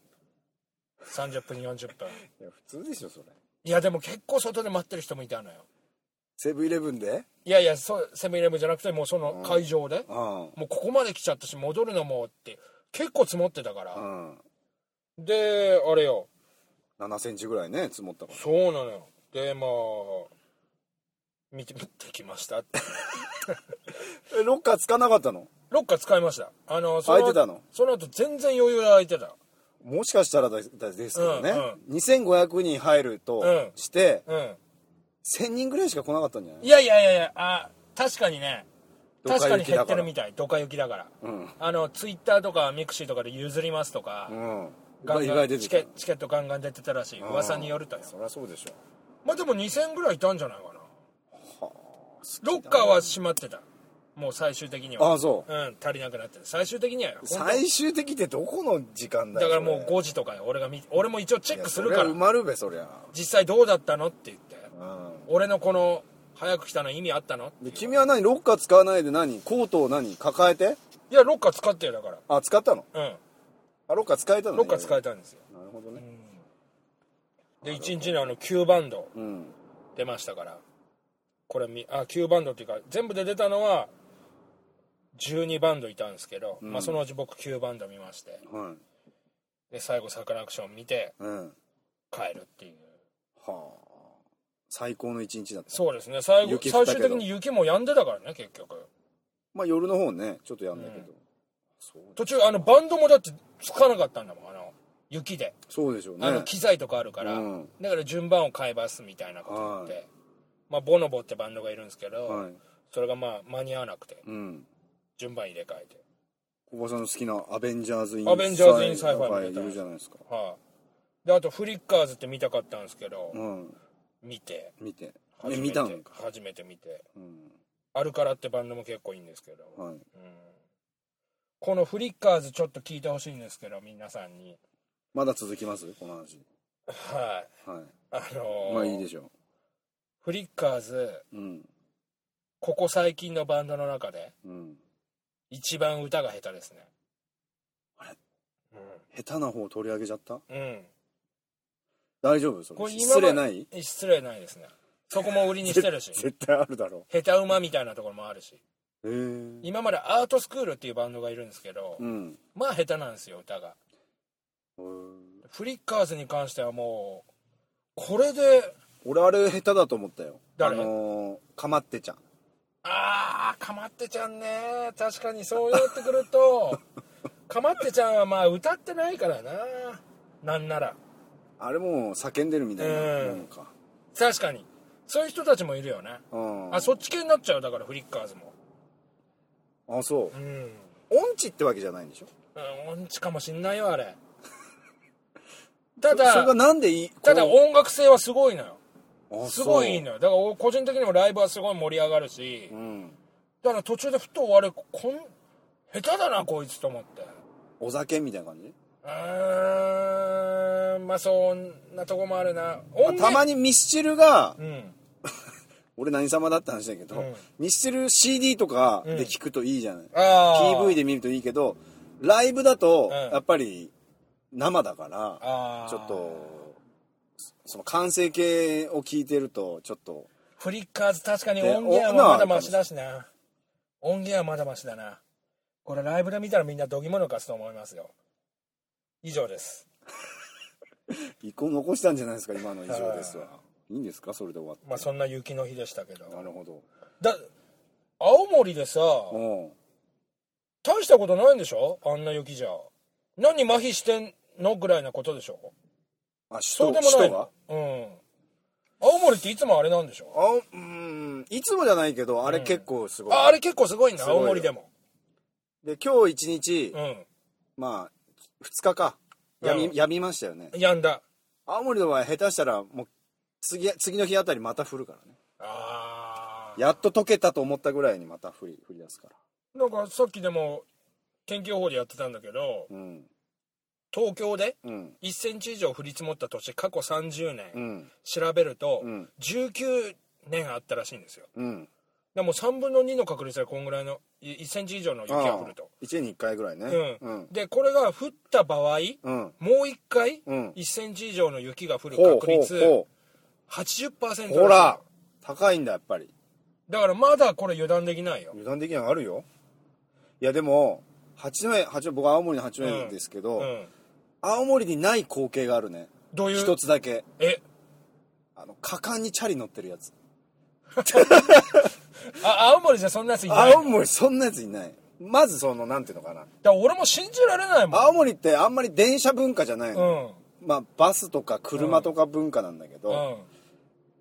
Speaker 2: 30分40分
Speaker 3: いや普通でしょそれ
Speaker 2: いやでも結構外で待ってる人もいたのよ
Speaker 3: セブンイレブンで
Speaker 2: いやいやそうセブンイレブンじゃなくてもうその会場で、
Speaker 3: うん
Speaker 2: もうここまで来ちゃったし戻るのもって結構積もってたから、
Speaker 3: うん
Speaker 2: であれよ
Speaker 3: 7センチぐらいね積もったから
Speaker 2: そうなのよでまあ見て見てきましたって
Speaker 3: えロッカーつかなかったの
Speaker 2: ロッカー使いましたあのそ
Speaker 3: 空いてたの
Speaker 2: その後全然余裕で空いてた
Speaker 3: もしかしたらだだですけどね、
Speaker 2: うん
Speaker 3: 2500人入る
Speaker 2: うん
Speaker 3: として、
Speaker 2: うん
Speaker 3: 1000人ぐらいしか来なかったんじゃない
Speaker 2: いやいやいやいやあ確かにね
Speaker 3: ド
Speaker 2: 確
Speaker 3: カ
Speaker 2: か
Speaker 3: 雪
Speaker 2: に減
Speaker 3: だ
Speaker 2: って
Speaker 3: から
Speaker 2: るみたいドカ雪だから、
Speaker 3: うん
Speaker 2: あのツイッターとかミクシーとかで譲りますとか、
Speaker 3: うん
Speaker 2: ガン
Speaker 3: 意
Speaker 2: ガン
Speaker 3: 外出
Speaker 2: チ
Speaker 3: て
Speaker 2: ケ
Speaker 3: た
Speaker 2: チケットガンガン出てたらしい噂によるとよ
Speaker 3: そりゃそうでしょ
Speaker 2: まあでも2000ぐらいいたんじゃないかなロッカーは閉まってたもう最終的には、
Speaker 3: あそう
Speaker 2: ん、足りなくなってる最終的にはよ本当
Speaker 3: 最終的ってどこの時間だ
Speaker 2: だ
Speaker 3: よ
Speaker 2: からもう
Speaker 3: それ
Speaker 2: 5時とかよ俺が見俺も一応チェックする
Speaker 3: い
Speaker 2: か
Speaker 3: やそれ
Speaker 2: ら
Speaker 3: は埋まるべそりゃ、
Speaker 2: 実際どうだったのって言って
Speaker 3: う
Speaker 2: 俺のこの早く来たの意味あったの
Speaker 3: ん、で君は何ロッカー使わないで何コートを何抱えて
Speaker 2: いやロッカー使ってよだか
Speaker 3: あ使ったの
Speaker 2: らうん
Speaker 3: あロッカー使えたの、ね、
Speaker 2: ロッカー使
Speaker 3: え
Speaker 2: えたんですよ
Speaker 3: なるほどね
Speaker 2: で1日のあの9バンド
Speaker 3: うん
Speaker 2: 出ましたからこれみあ9バンドっていうか全部で出たのは12バンドいたんですけど、まあ、そのうち僕9バンド見まして
Speaker 3: はい
Speaker 2: で最後サカナクション見て
Speaker 3: うんは
Speaker 2: 帰るっていう
Speaker 3: あ最高の一日だった
Speaker 2: そうですね最後
Speaker 3: 雪降
Speaker 2: 最
Speaker 3: ったけど
Speaker 2: 終的に雪も止んでたからね結局
Speaker 3: まあ夜の方ねちょっとやんだけど、そう
Speaker 2: 途中あのバンドもだってつかなかったんだもんあの雪で、
Speaker 3: そうでしょうね
Speaker 2: あの機材とかあるから、
Speaker 3: うん
Speaker 2: だから順番を変えますみたいなこと言って、まあ、ボノボってバンドがいるんですけど、
Speaker 3: はい
Speaker 2: それがまあ間に合わなくて
Speaker 3: うん
Speaker 2: 順番入れ替えて
Speaker 3: おばさんの好きなアベンジャーズ・イン・
Speaker 2: アベンジャーズインサイファー
Speaker 3: は
Speaker 2: み
Speaker 3: い
Speaker 2: たい
Speaker 3: い
Speaker 2: な
Speaker 3: るじゃないですか
Speaker 2: はい、であとフリッカーズって見たかったんですけど、
Speaker 3: うん
Speaker 2: 見て
Speaker 3: 見て
Speaker 2: 初め
Speaker 3: え
Speaker 2: て
Speaker 3: 見たのか
Speaker 2: 初めて見て
Speaker 3: うん
Speaker 2: アルカラってバンドも結構いいんですけど、
Speaker 3: はい
Speaker 2: このフリッカーズちょっと聞いてほしいんですけど皆さんに
Speaker 3: まだ続きますこの話
Speaker 2: はい
Speaker 3: はい
Speaker 2: あのー
Speaker 3: まあいいでしょ
Speaker 2: フリッカーズ
Speaker 3: ううん
Speaker 2: ここ最近のバンドの中で
Speaker 3: うん
Speaker 2: 一番歌が下手ですね
Speaker 3: あれ下手な方取り上げちゃった
Speaker 2: うん、うん、
Speaker 3: 大丈夫そ
Speaker 2: こ
Speaker 3: れ
Speaker 2: れ今ま
Speaker 3: 失礼ない
Speaker 2: で失礼ないですねそこも売りにしてるし
Speaker 3: 絶対あるだろ
Speaker 2: 下手馬みたいなところもあるし
Speaker 3: うへえ
Speaker 2: 今までアートスクールっていうバンドがいるんですけど、
Speaker 3: うん
Speaker 2: まあ下手なんですよ歌が
Speaker 3: うん
Speaker 2: フリッカーズに関してはもうこれで
Speaker 3: 俺あれ下手だと思ったよ
Speaker 2: 誰
Speaker 3: あのーかまってちゃん
Speaker 2: あーかまってちゃんね確かにそう言ってくる
Speaker 3: [LAUGHS]
Speaker 2: とかまってちゃんはまあ歌ってないからななんなら
Speaker 3: あれもう叫んでるみたいなもんか
Speaker 2: 確かにそういう人たちもいるよね
Speaker 3: うん
Speaker 2: あそっち系になっちゃうだからフリッカーズも
Speaker 3: あそう
Speaker 2: うん
Speaker 3: 音痴ってわけじゃないんでしょ
Speaker 2: うん音痴かもしんないよあれた
Speaker 3: [LAUGHS] それ
Speaker 2: だ
Speaker 3: がなんでいい
Speaker 2: ただ音楽性はすごいのよ
Speaker 3: あ
Speaker 2: すごいいい
Speaker 3: ね
Speaker 2: のよだから俺個人的にもライブはすごい盛り上がるし、
Speaker 3: うん
Speaker 2: だから途中でふと終わるこん下手だなこいつと思って
Speaker 3: お酒みたいな感じ
Speaker 2: うーんまあそんなとこもあるな音
Speaker 3: たま
Speaker 2: に
Speaker 3: にミスチルが
Speaker 2: うん
Speaker 3: 俺何様だって話だけど、
Speaker 2: うん
Speaker 3: ミスチル CD とかで聞くといいじゃない、
Speaker 2: ああ
Speaker 3: PV で見るといいけどライブだ
Speaker 2: う
Speaker 3: と
Speaker 2: ん
Speaker 3: やっぱり生だから、
Speaker 2: あー
Speaker 3: ちょっとその完成形を聞いてるとちょっと
Speaker 2: フリッカーズ確かに
Speaker 3: で
Speaker 2: 音源
Speaker 3: お
Speaker 2: はまだマシだしな音源はまだマシだなこれライブで見たらみんなどぎも抜かすと思いますよ以上です
Speaker 3: 一個残したんじゃないですか今の以上ですわ
Speaker 2: あ
Speaker 3: いいんですかそれで終わって、
Speaker 2: まあそんな雪の日でしたけど
Speaker 3: なるほど
Speaker 2: だ青森でさ
Speaker 3: うん
Speaker 2: 大したことないんでしょあんな雪じゃ何麻痺してんのぐらいなことでしょ
Speaker 3: あ
Speaker 2: そ
Speaker 3: 人
Speaker 2: うでもない
Speaker 3: 人
Speaker 2: の
Speaker 3: が
Speaker 2: うん青森っていつもあれなんでしょ
Speaker 3: あうんいつもじゃないけどあれ結構すごい、
Speaker 2: ああれ結構すごいな
Speaker 3: すごいよ
Speaker 2: 青森でも
Speaker 3: で今日一日、
Speaker 2: うん
Speaker 3: まあ2日かやみ,、
Speaker 2: うん
Speaker 3: やみましたよね
Speaker 2: やんだ
Speaker 3: 青森の場合下手したらもう次次の日あたりまた降るからね
Speaker 2: ああ
Speaker 3: やっと溶けたと思ったぐらいにまた降り降り出すから
Speaker 2: なんかさっきでも天気予報でやってたんだけど
Speaker 3: うん
Speaker 2: 東京で
Speaker 3: うん
Speaker 2: 1センチ以上降り積もった年過去30
Speaker 3: う
Speaker 2: 年
Speaker 3: ん
Speaker 2: 調べると
Speaker 3: うん
Speaker 2: 19年あったらしいんですよ
Speaker 3: うん
Speaker 2: でも3分の2の確率でこんぐらいのい1センチ以上の雪が降ると
Speaker 3: 1年に1回ぐらいね
Speaker 2: う
Speaker 3: うんん
Speaker 2: でこれが降った場合
Speaker 3: うん
Speaker 2: もう1回
Speaker 3: うん
Speaker 2: 1センチ以上の雪が降る
Speaker 3: ほう
Speaker 2: 確
Speaker 3: ほう
Speaker 2: 率
Speaker 3: ほ
Speaker 2: 80%らしいう
Speaker 3: ほら高いんだやっぱり
Speaker 2: だからまだこれ油断できないよ
Speaker 3: 油断できないのあるよいやでも八戸八戸僕青森の八戸ですけど、
Speaker 2: うん
Speaker 3: 青森にない光景があるね
Speaker 2: どういう
Speaker 3: 一つだけ
Speaker 2: え
Speaker 3: あの果敢にチャリ乗ってるやつ
Speaker 2: あ青森じゃそんなやついない
Speaker 3: 青森そんなやついないまずそのなんていうのかな
Speaker 2: だから俺も信じられないもん
Speaker 3: 青森ってあんまり電車文化じゃないの、
Speaker 2: う
Speaker 3: まあバスとか車とか文化なんだけど、
Speaker 2: んうん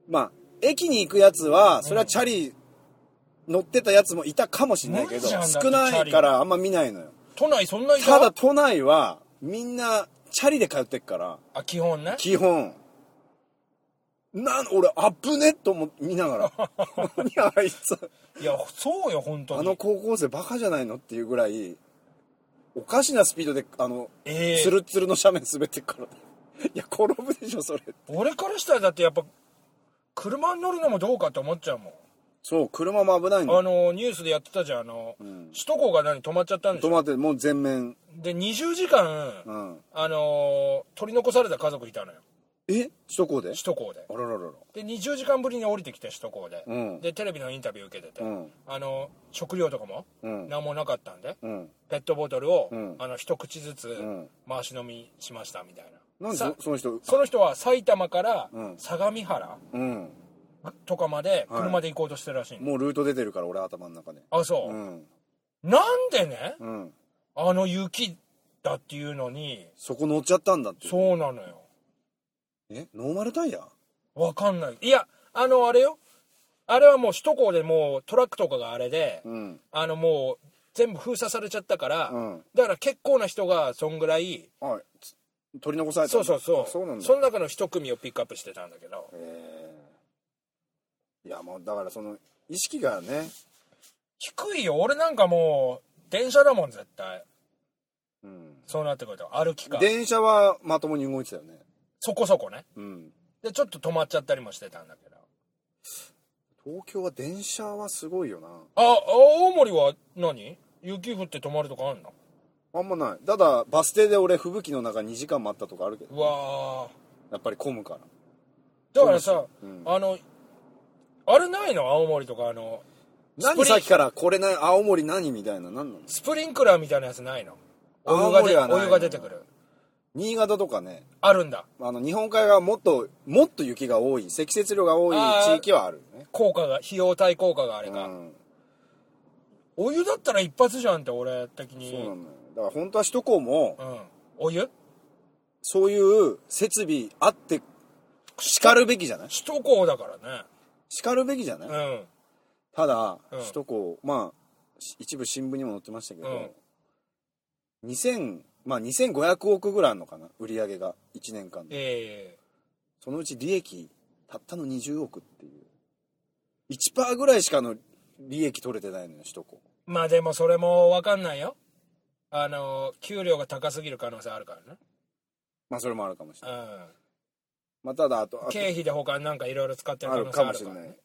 Speaker 3: まあ駅に行くやつはそれはチャリ乗ってたやつもいたかもしれないけ
Speaker 2: マ
Speaker 3: ど
Speaker 2: ジじゃんだって
Speaker 3: 少ないからあんま見ないのよ
Speaker 2: 都内そんない
Speaker 3: た
Speaker 2: た
Speaker 3: だ都内はみんなチャリで通ってっから
Speaker 2: あ基本ね
Speaker 3: 基本なん俺あぶねっと思って見ながら何あ
Speaker 2: [LAUGHS]
Speaker 3: いつ
Speaker 2: いやそうよ本当に
Speaker 3: あの高校生バカじゃないのっていうぐらいおかしなスピードであの、
Speaker 2: ええ
Speaker 3: ツルツルの斜面滑ってっからいや転ぶでしょそれ
Speaker 2: 俺からしたらだってやっぱ車に乗るのもどうかと思っちゃうもん
Speaker 3: そう車も危ないんだ
Speaker 2: あのニュースでやってたじゃんあの、
Speaker 3: ん
Speaker 2: 首都高が何止まっちゃったんでし
Speaker 3: 止
Speaker 2: ょ
Speaker 3: まってもう全面
Speaker 2: で20時間、
Speaker 3: うん
Speaker 2: あのー取り残された家族いたのよ
Speaker 3: え首都高で
Speaker 2: 首都高で
Speaker 3: あらららら
Speaker 2: で20時間ぶりに降りてきて首都高で、
Speaker 3: うん
Speaker 2: でテレビのインタビュー受けてて、
Speaker 3: うん
Speaker 2: あの食料とかも
Speaker 3: うん
Speaker 2: 何もなかったんで、
Speaker 3: うん
Speaker 2: ペットボトルを、
Speaker 3: うん
Speaker 2: あの一口ずつ
Speaker 3: ん
Speaker 2: 回し飲みしましたみたいな,
Speaker 3: なんで
Speaker 2: さ、
Speaker 3: そその人
Speaker 2: その人は埼玉から
Speaker 3: うん
Speaker 2: 相模原
Speaker 3: うん
Speaker 2: とかまで
Speaker 3: はい
Speaker 2: 車で行こうとしてるらしいの、
Speaker 3: もうルート出てるから俺頭の中で
Speaker 2: あそうう、
Speaker 3: ん
Speaker 2: なんでね
Speaker 3: うん
Speaker 2: あの雪だっていうのに
Speaker 3: そこ乗っちゃったんだって
Speaker 2: そうなのよ
Speaker 3: えノーマルタイヤ
Speaker 2: わかんないいやあのあれよあれはもう首都高でもうトラックとかがあれで、
Speaker 3: うん
Speaker 2: あのもう全部封鎖されちゃったから、
Speaker 3: うん
Speaker 2: だから結構な人がそんぐらい
Speaker 3: あつ取り残された
Speaker 2: そうそうそう
Speaker 3: あそうなんだ
Speaker 2: その中の一組をピックアップしてたんだけど
Speaker 3: えーいやもうだからその意識がね
Speaker 2: 低いよ俺なんかもう電車だもん絶対
Speaker 3: うん
Speaker 2: そうなってくると歩きか
Speaker 3: 電車はまともに動いてたよね
Speaker 2: そこそこね
Speaker 3: うん
Speaker 2: でちょっと止まっちゃったりもしてたんだけど
Speaker 3: 東京は電車はすごいよな
Speaker 2: あ青森は何雪降って止まるとかあんの
Speaker 3: あんまないただバス停で俺吹雪の中2時間待ったとかあるけど
Speaker 2: うわー
Speaker 3: やっぱり混むから
Speaker 2: だからさ、
Speaker 3: うん
Speaker 2: あのあれないの青森とかあのスプ
Speaker 3: 何
Speaker 2: リ
Speaker 3: さっきからこれな青森何みたいな何なの
Speaker 2: スプリンクラーみたいなやつないのお湯
Speaker 3: 青
Speaker 2: が
Speaker 3: 森
Speaker 2: で
Speaker 3: はない
Speaker 2: お湯が出てくる
Speaker 3: 新潟とかね
Speaker 2: あるんだ
Speaker 3: あの日本海側はもっともっと雪が多い積雪量が多い地域はあるよね
Speaker 2: 効果が費用対効果があれ
Speaker 3: う
Speaker 2: が、
Speaker 3: ん
Speaker 2: お湯だったら一発じゃんって俺的に
Speaker 3: そうなのよだから本当は首都高も
Speaker 2: うんお湯
Speaker 3: そういう設備あってしかるべきじゃない
Speaker 2: 首都高だからね
Speaker 3: しかるべきじゃない、
Speaker 2: うん
Speaker 3: ただ、
Speaker 2: うん
Speaker 3: 首都高まあし一部新聞にも載ってましたけど、2000まあ2500億ぐらいあるのかな売り上げが1年間で
Speaker 2: ええ
Speaker 3: そのうち利益たったの20億っていう1%ぐらいしかの利益取れてないのよ首都高
Speaker 2: まあでもそれも分かんないよあの給料が高すぎる可能性あるからね
Speaker 3: まあそれもあるかもしれない、
Speaker 2: うん
Speaker 3: まあ、ただあとあと
Speaker 2: 経費で他になんかいろいろ使ってる
Speaker 3: あ
Speaker 2: 可
Speaker 3: る
Speaker 2: 能性
Speaker 3: か
Speaker 2: あ
Speaker 3: も
Speaker 2: る
Speaker 3: し
Speaker 2: か
Speaker 3: れ
Speaker 2: ら、
Speaker 3: ない
Speaker 2: ね、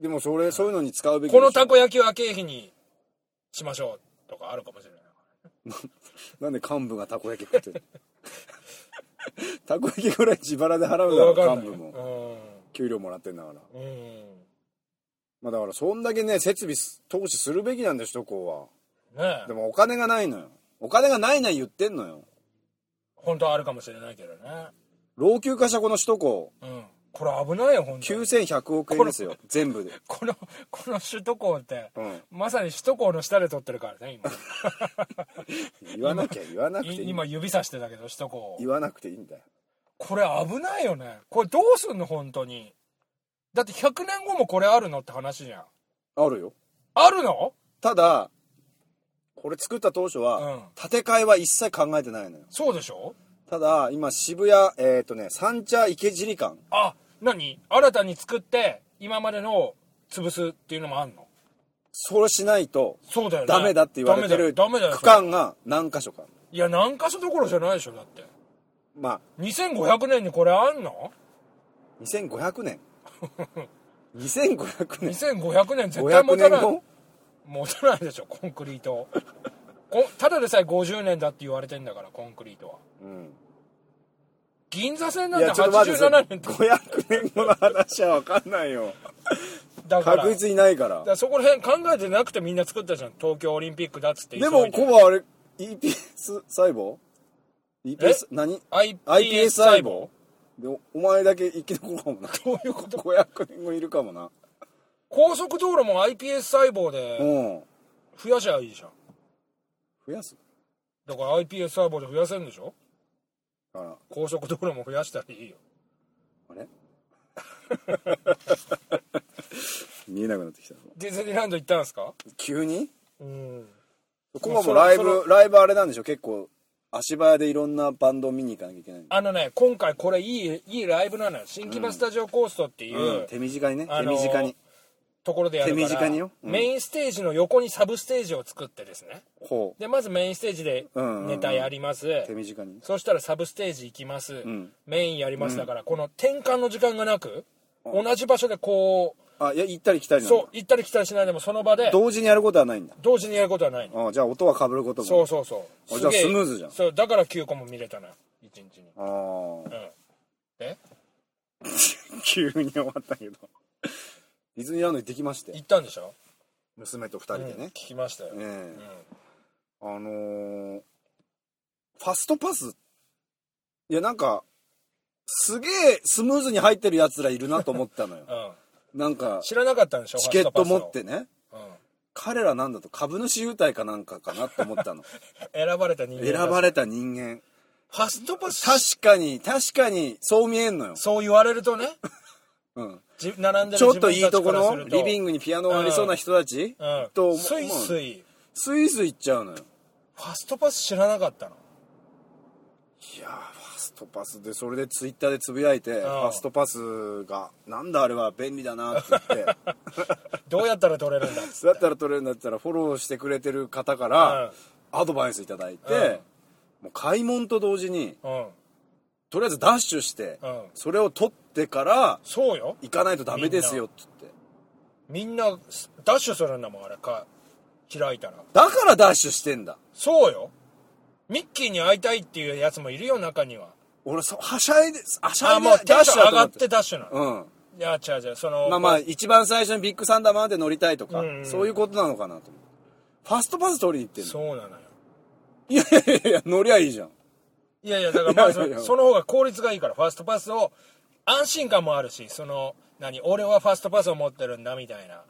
Speaker 3: でもそれそういうのに使うべき
Speaker 2: このた
Speaker 3: タ
Speaker 2: こ焼きは経費にしましょうとかあるかもしれない
Speaker 3: なんで幹部がたこ焼き食って
Speaker 2: [LAUGHS]
Speaker 3: るたこ焼きぐらい自腹で払うだ
Speaker 2: 分か
Speaker 3: ろ
Speaker 2: んな
Speaker 3: 幹
Speaker 2: い
Speaker 3: 部も給料もらってんだから
Speaker 2: うん、うん、
Speaker 3: まあだからそんだけね設備す投資するべきなんだよ首都高
Speaker 2: ね
Speaker 3: は
Speaker 2: え
Speaker 3: でもお金がないのよお金がないない言ってんのよ
Speaker 2: 本当はあるかもしれないけどね
Speaker 3: 老朽化したこの首都高
Speaker 2: うんこれ危ないよ本当に
Speaker 3: 9100億円ですよ全部で
Speaker 2: この [LAUGHS] この首都高って、
Speaker 3: うん
Speaker 2: まさに首都高の下で撮ってるからね
Speaker 3: [LAUGHS] 言わなきゃ言わなく
Speaker 2: 今
Speaker 3: てい
Speaker 2: い
Speaker 3: い
Speaker 2: 今指さしてたけど首都高を
Speaker 3: 言わなくていいんだよ
Speaker 2: これ危ないよねこれどうすんの本当にだって100年後もこれあるのって話じゃん
Speaker 3: あるよ
Speaker 2: あるの
Speaker 3: ただこれ作った当初
Speaker 2: うん
Speaker 3: は建て替えは一切考えてないのよ
Speaker 2: そうでしょ
Speaker 3: ただ今渋谷えっ、とね三茶池尻間
Speaker 2: あ何新たに作って今までの潰すっていうのもあんの
Speaker 3: それしないと
Speaker 2: そうだよね
Speaker 3: ダメだって言われてる
Speaker 2: ダメだよダメだよ
Speaker 3: 区間が何箇所かある
Speaker 2: いや何箇所どころじゃないでしょだって
Speaker 3: まあ
Speaker 2: 2500年にこれあんの
Speaker 3: 2500年
Speaker 2: [LAUGHS]
Speaker 3: 2500年
Speaker 2: 2500年絶対
Speaker 3: 500
Speaker 2: 持た
Speaker 3: 年
Speaker 2: ない
Speaker 3: 後
Speaker 2: 持たないでしょコンクリートこただでさえ50年だって言われてんだからコンクリートは
Speaker 3: うん
Speaker 2: ぎ銀座線なん
Speaker 3: いや
Speaker 2: て
Speaker 3: ちょっと待ってそれ
Speaker 2: 87年とか
Speaker 3: 500年後の話は分かんないよ
Speaker 2: [LAUGHS] だから
Speaker 3: 確実にないから
Speaker 2: だからそこら辺考えてなくてみんな作ったじゃん東京オリンピックだっつって急い
Speaker 3: でもコバあれ EPS 細胞 ?EPS 何
Speaker 2: iPS 細胞
Speaker 3: でおお前だけ生き残るかもな
Speaker 2: どういうこと
Speaker 3: 500年後いるかもな
Speaker 2: 高速道路も iPS 細胞で
Speaker 3: うん
Speaker 2: 増やしゃいいじゃん
Speaker 3: 増やす
Speaker 2: だから iPS 細胞で増やせるんでしょ
Speaker 3: だから
Speaker 2: 高速道路も増やしたらいいよ
Speaker 3: あ
Speaker 2: [LAUGHS]
Speaker 3: れ見えなくなってきた
Speaker 2: ディズニーランド行ったんですか
Speaker 3: 急に
Speaker 2: うん
Speaker 3: コバもライ
Speaker 2: そろ
Speaker 3: ブライブあれなんでしょ結構足早でいろんなバンド見に行かなきゃいけない
Speaker 2: あのね今回これいいいいライブなのよ新木場スタジオコーストっていう、
Speaker 3: うん手短にね
Speaker 2: あ
Speaker 3: 手
Speaker 2: のー
Speaker 3: 短に
Speaker 2: ところでやるから
Speaker 3: 手短にようん
Speaker 2: メインステージの横にサブステージを作ってですね
Speaker 3: ほう
Speaker 2: でまずメインステージで
Speaker 3: うんうんうん
Speaker 2: ネタやります、
Speaker 3: 手短に
Speaker 2: そしたらサブステージ行きます、
Speaker 3: ん
Speaker 2: メインやりますだから、この転換の時間がなく同じ場所でこ
Speaker 3: あいや行ったり来たり
Speaker 2: う
Speaker 3: なんだ
Speaker 2: そう行ったり来たりしないでもその場で
Speaker 3: 同時にやることはないんだ
Speaker 2: 同時にやることはないの
Speaker 3: あじゃあ音は被ることも
Speaker 2: そうそうそう
Speaker 3: あじゃあ
Speaker 2: すげえ
Speaker 3: スムーズじゃん
Speaker 2: そうだから9個も見れたのよ1日に
Speaker 3: あ
Speaker 2: うんで
Speaker 3: あ [LAUGHS] 急に終わったけどディズニーランド行ってきまして
Speaker 2: 行ったんでしょ、
Speaker 3: 娘と二人で
Speaker 2: うん
Speaker 3: ね
Speaker 2: 聞、きましたよ、う
Speaker 3: え
Speaker 2: ん
Speaker 3: えあのーファストパスいやなんかすげえスムーズに入ってるやつらいるなと思ったのよ
Speaker 2: うん
Speaker 3: なんか
Speaker 2: 知らなかったんでしょ
Speaker 3: チケット持っ、
Speaker 2: フ
Speaker 3: てね
Speaker 2: ァスト
Speaker 3: 彼らなんだと株主優待かなんかかなと
Speaker 2: [LAUGHS]
Speaker 3: 思ったの
Speaker 2: パスをうん、選ばれた人間
Speaker 3: 選ばれた人間
Speaker 2: ファストパス
Speaker 3: 確かに確かにそう見えんのよ、
Speaker 2: そう言われるとね
Speaker 3: うん、
Speaker 2: じ並んで
Speaker 3: ち
Speaker 2: る
Speaker 3: ょ
Speaker 2: 自
Speaker 3: っと
Speaker 2: 分
Speaker 3: いい
Speaker 2: たち
Speaker 3: とこ
Speaker 2: からす
Speaker 3: の
Speaker 2: る
Speaker 3: リビン
Speaker 2: グ、
Speaker 3: グにピアノがありそうな人たち、
Speaker 2: うん、
Speaker 3: と思う
Speaker 2: スイスイ
Speaker 3: スイスイ行っちゃうのよ
Speaker 2: ファストパス知らなかったの
Speaker 3: いやーファストパスでそれでツイッターでつぶやいて、ファストパスがなんだあれは便利だなって言
Speaker 2: [LAUGHS]
Speaker 3: って
Speaker 2: どうやったら取れるんだっ [LAUGHS] つ
Speaker 3: そうやったら取れるんだったらフォローしてくれてる方からアドバイスいただいて、
Speaker 2: うん
Speaker 3: もう買い物と同時に
Speaker 2: うん
Speaker 3: とりあえずダッシュして、
Speaker 2: うん
Speaker 3: それを取ってから
Speaker 2: そうよ
Speaker 3: 行かないとダメですよって言って
Speaker 2: みんなすダッシュするんだもんあれか開いたら
Speaker 3: だからダッシュしてんだ
Speaker 2: そうよミッキーに会いたいっていうやつもいるよ中には
Speaker 3: 俺そはしゃいではしゃ
Speaker 2: あ
Speaker 3: いで
Speaker 2: もうテ
Speaker 3: ダッ
Speaker 2: ン
Speaker 3: シ
Speaker 2: シ
Speaker 3: ュ
Speaker 2: ョン
Speaker 3: だ
Speaker 2: 上
Speaker 3: と思
Speaker 2: が
Speaker 3: っ
Speaker 2: っててダッシュなの
Speaker 3: うん
Speaker 2: いや違う違うその
Speaker 3: まあまあ一番最初にビッグサンダーまで乗りたいとか、
Speaker 2: うんうん
Speaker 3: そういうことなのかなと思うファストパス取りに行ってんの
Speaker 2: そうなのよ
Speaker 3: いやいやいや乗りゃいいじゃん
Speaker 2: いやいやだからま
Speaker 3: いやいやい
Speaker 2: ず
Speaker 3: や
Speaker 2: その方が効率がいいからファストパスを安心感もあるしその何俺はファストパスを持ってるんだみたいな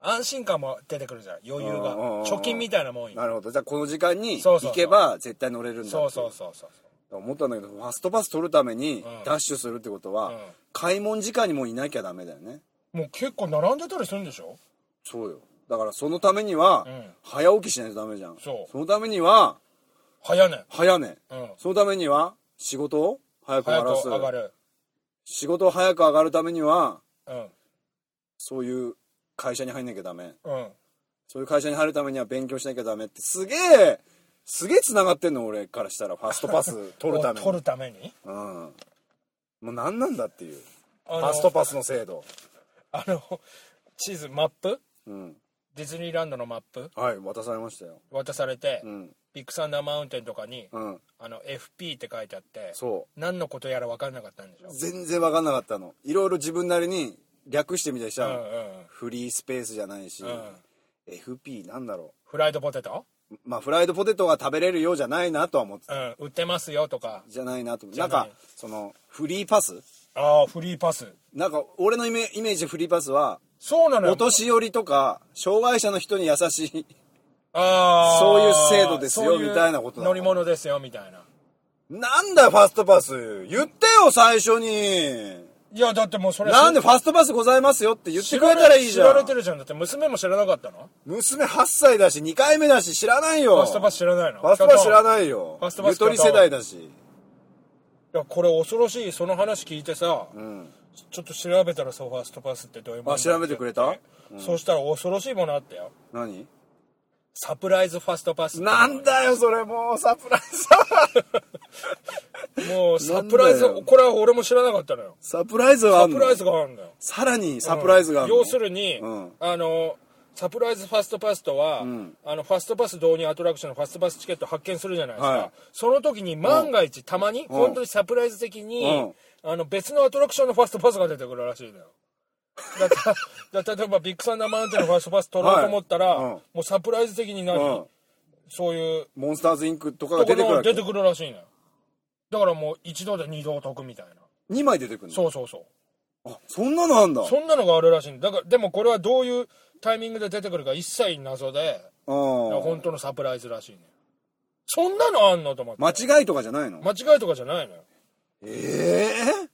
Speaker 2: 安心感も出てくるじゃん余裕が
Speaker 3: うんうんうんうん
Speaker 2: 貯金みたいなもんよ
Speaker 3: なるほどじゃあこの時間に
Speaker 2: そうそうそう
Speaker 3: 行けば絶対乗れるんだって
Speaker 2: そうそうそうそう
Speaker 3: 思ったんだけどファストパス取るために
Speaker 2: うん
Speaker 3: ダッシュするってことは、
Speaker 2: うん
Speaker 3: 買い物時間にもういなきゃダメだよね
Speaker 2: もう結構並んでたりするんでしょ
Speaker 3: そうよだからそのためには、
Speaker 2: うん
Speaker 3: 早起きしないとダメじゃん
Speaker 2: そう
Speaker 3: のためには
Speaker 2: 早ね
Speaker 3: 早寝、
Speaker 2: うん
Speaker 3: そのためには仕事を早く終
Speaker 2: 早
Speaker 3: わらす
Speaker 2: く上がる
Speaker 3: 仕事を早く上がるためには
Speaker 2: うん
Speaker 3: そういう会社に入んなきゃダメ
Speaker 2: うん
Speaker 3: そういう会社に入るためには勉強しなきゃダメってすげえすげえ繋がってんの俺からしたらファスト
Speaker 2: [LAUGHS]
Speaker 3: パス取るために
Speaker 2: 取るために
Speaker 3: うんもう何なんだっていう
Speaker 2: あ
Speaker 3: フ
Speaker 2: の
Speaker 3: ァストパスの制度
Speaker 2: あの地図マップ
Speaker 3: うん
Speaker 2: ディズニーランドのマップ
Speaker 3: はい渡されましたよ
Speaker 2: 渡されて、
Speaker 3: うん
Speaker 2: ビッグサンダーマウンテンとかに、
Speaker 3: うん
Speaker 2: あの FP って書いてあって
Speaker 3: そ
Speaker 2: 何のことやら分かんなかったんでしょ
Speaker 3: う全然分かんなかったのいろいろ自分なりに略してみたりし
Speaker 2: う
Speaker 3: た
Speaker 2: んう
Speaker 3: の、
Speaker 2: んうん
Speaker 3: フリースペースじゃないし、
Speaker 2: うん
Speaker 3: FP なんだろ
Speaker 2: フライドポテト、
Speaker 3: うまあフライドポテトが食べれるようじゃないなとは思ってた
Speaker 2: うん、売ってますよとか
Speaker 3: じゃないなと思って
Speaker 2: じ
Speaker 3: な
Speaker 2: ゃ
Speaker 3: ん
Speaker 2: ない
Speaker 3: かそのフリーパス
Speaker 2: ああフリーパス
Speaker 3: なんか俺のイメイメージでフリーパスは
Speaker 2: そうなのよ
Speaker 3: お年寄りとか障害者の人に優しい [LAUGHS]
Speaker 2: ああ
Speaker 3: そういう制度ですよ
Speaker 2: そうう
Speaker 3: みたいなことなの
Speaker 2: 乗り物ですよみたいな
Speaker 3: なんだよファストパス言ってよ最初に
Speaker 2: いやだってもうそれ
Speaker 3: なんでファストパスございますよって言ってくれたらいいじゃ
Speaker 2: 知られ
Speaker 3: ん
Speaker 2: てるじゃんだって娘も知らなかったの
Speaker 3: 娘8歳だし2回目だし知らないよ
Speaker 2: ファストパス知らないの
Speaker 3: ファストパス知ら
Speaker 2: い
Speaker 3: ないよ
Speaker 2: ファストパス
Speaker 3: ゆとり世代だし
Speaker 2: やこれ恐ろしいその話聞いてさ、
Speaker 3: ん
Speaker 2: ちょっと調べたらそうファストパスってどういうもの
Speaker 3: あ調べてくれた
Speaker 2: そうしたら恐ろしいものあったよ
Speaker 3: 何
Speaker 2: サプライズファストパスって
Speaker 3: なんだよそれもうサプライズは
Speaker 2: もうサプライズ
Speaker 3: なんだよ
Speaker 2: これは俺も知らなかったのよ
Speaker 3: サプライズはあ
Speaker 2: サ
Speaker 3: ん
Speaker 2: プ
Speaker 3: の
Speaker 2: ライズがあるんだよ
Speaker 3: さらにサプライズがあるの
Speaker 2: 要するに、
Speaker 3: うん
Speaker 2: あのサプライズファストパスとは、
Speaker 3: ん
Speaker 2: あのファストパス導入アトラクションのファストパスチケット発見するじゃないですか、
Speaker 3: はい
Speaker 2: その時に万が一、たまに、本当にサプライズ的に、あの別のアトラクションのファストパスが出てくるらしいのよだからだ例えばビッグサンダーマウンテンのファストパス取ろうと思ったら、
Speaker 3: はいうん
Speaker 2: もうサプライズ的に何、
Speaker 3: うん
Speaker 2: そういう
Speaker 3: モンスターズインクとか
Speaker 2: と
Speaker 3: が
Speaker 2: こ
Speaker 3: 出てくる
Speaker 2: ろ
Speaker 3: わ
Speaker 2: が
Speaker 3: け
Speaker 2: 出てくるらしいのよだからもう一度で二度得みたいな
Speaker 3: 2枚出てくるの
Speaker 2: そうそうそう
Speaker 3: あそんなのあんだ
Speaker 2: そんなのがあるらしいんだだからでもこれはどういうタイミングで出てくるか一切謎で
Speaker 3: うん
Speaker 2: 本当のサプライズらしいねそんなのあんのと思って
Speaker 3: 間違いとかじゃないの
Speaker 2: 間違いとかじゃないのよ
Speaker 3: ええ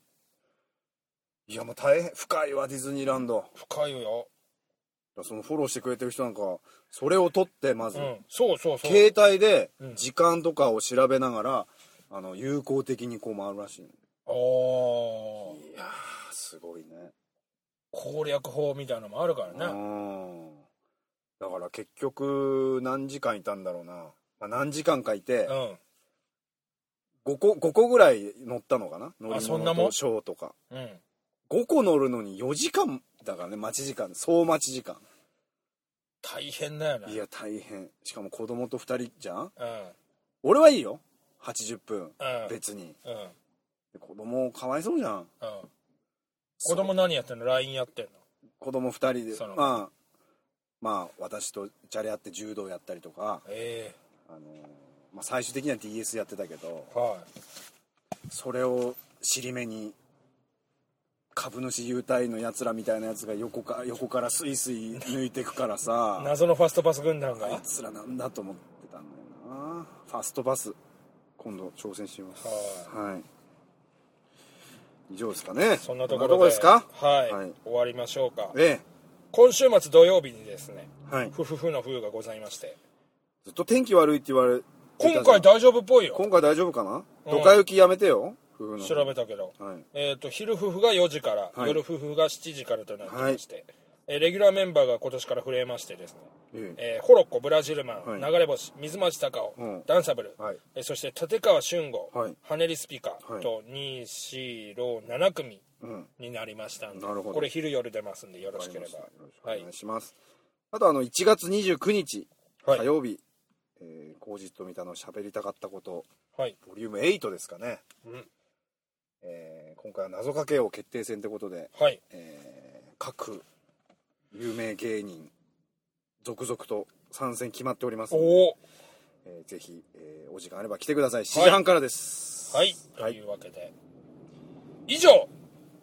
Speaker 3: いやもう大変深いわディズニーランド
Speaker 2: 深いよ、
Speaker 3: そのフォローしてくれてる人なんかそれを取ってまず、
Speaker 2: うん、そうそうそう
Speaker 3: 携帯で
Speaker 2: うん
Speaker 3: 時間とかを調べながら、あの有効的にこう回るらしいの
Speaker 2: おー
Speaker 3: いやーすごいね
Speaker 2: 攻略法みたいなのもあるか
Speaker 3: う
Speaker 2: らね
Speaker 3: んだから結局何時間いたんだろうな、まあ、何時間かいて
Speaker 2: うん、
Speaker 3: 5個 ,5 個ぐらい乗ったのかな乗り
Speaker 2: そんな
Speaker 3: 物
Speaker 2: もん
Speaker 3: とショーとか
Speaker 2: うん、
Speaker 3: 5個乗るのに4時間だからね待ち時間総待ち時間
Speaker 2: 大変だよね
Speaker 3: いや大変しかも子供と2人じゃん
Speaker 2: うん
Speaker 3: 俺はいいよ80分
Speaker 2: うん
Speaker 3: 別に
Speaker 2: うんうん
Speaker 3: 子供かわいそうじゃん
Speaker 2: 子供何やってんの LINE やってんの
Speaker 3: 子供2人で
Speaker 2: その
Speaker 3: まあまあ私とじゃれ合って柔道やったりとか、
Speaker 2: え
Speaker 3: あのーまあ、最終的には DS やってたけど
Speaker 2: えは
Speaker 3: それを尻目に株主優待のやつらみたいなやつが横か横からスイスイ抜いてくから
Speaker 2: い
Speaker 3: さ
Speaker 2: 謎のファストパス軍団が
Speaker 3: あ
Speaker 2: はい
Speaker 3: つらなんだと思ってたんだよなファストパス今度挑戦してみますはい以上ですかね
Speaker 2: そんなところで
Speaker 3: どこですか
Speaker 2: はい、
Speaker 3: はい
Speaker 2: 終わりましょうか
Speaker 3: え
Speaker 2: 今週末土曜日にですね
Speaker 3: えはい
Speaker 2: ふふふの風がございまして
Speaker 3: ずっと天気悪いって言われてたじゃ
Speaker 2: 今
Speaker 3: ん
Speaker 2: 回大丈夫っぽいよ
Speaker 3: 今回大丈夫かな、
Speaker 2: うん
Speaker 3: ドカ雪やめてよ夫婦の
Speaker 2: 調べたけど、
Speaker 3: はい
Speaker 2: えー、と昼夫婦が4時から、
Speaker 3: はい
Speaker 2: 夜夫婦が7時からとなってまして、えーレギュラーメンバーが今年から増えましてですね、
Speaker 3: ええ
Speaker 2: えーホロッコブラジルマン、
Speaker 3: はい
Speaker 2: 流れ星水町貴夫、
Speaker 3: うん
Speaker 2: ダンサブル、
Speaker 3: はい
Speaker 2: えーそして立川俊吾、
Speaker 3: はい
Speaker 2: ハネリスピカ
Speaker 3: はい
Speaker 2: と246組
Speaker 3: うん
Speaker 2: になりましたんで、
Speaker 3: なるほど
Speaker 2: これ昼夜出ますんでよろ
Speaker 3: わ
Speaker 2: し
Speaker 3: か
Speaker 2: け
Speaker 3: り
Speaker 2: れ
Speaker 3: ましたよろしくお
Speaker 2: ばはい
Speaker 3: 願いします、あとあの1月29日
Speaker 2: はい
Speaker 3: 火曜日「えー口実と見たの喋りたかったこと
Speaker 2: はい」
Speaker 3: ボリューム8ですかね、
Speaker 2: うん
Speaker 3: えー今回は謎かけ王決定戦ってことで、
Speaker 2: はい
Speaker 3: えー各有名芸人続々と参戦決まっております
Speaker 2: お
Speaker 3: ので、
Speaker 2: お
Speaker 3: えーぜひ、えーお時間あれば来てください7時半からです
Speaker 2: はい、
Speaker 3: は
Speaker 2: とい
Speaker 3: いう
Speaker 2: わけで以上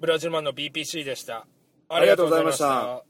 Speaker 2: ブラジルマンの BPC でしたありがとうございまし
Speaker 3: ありがとうございました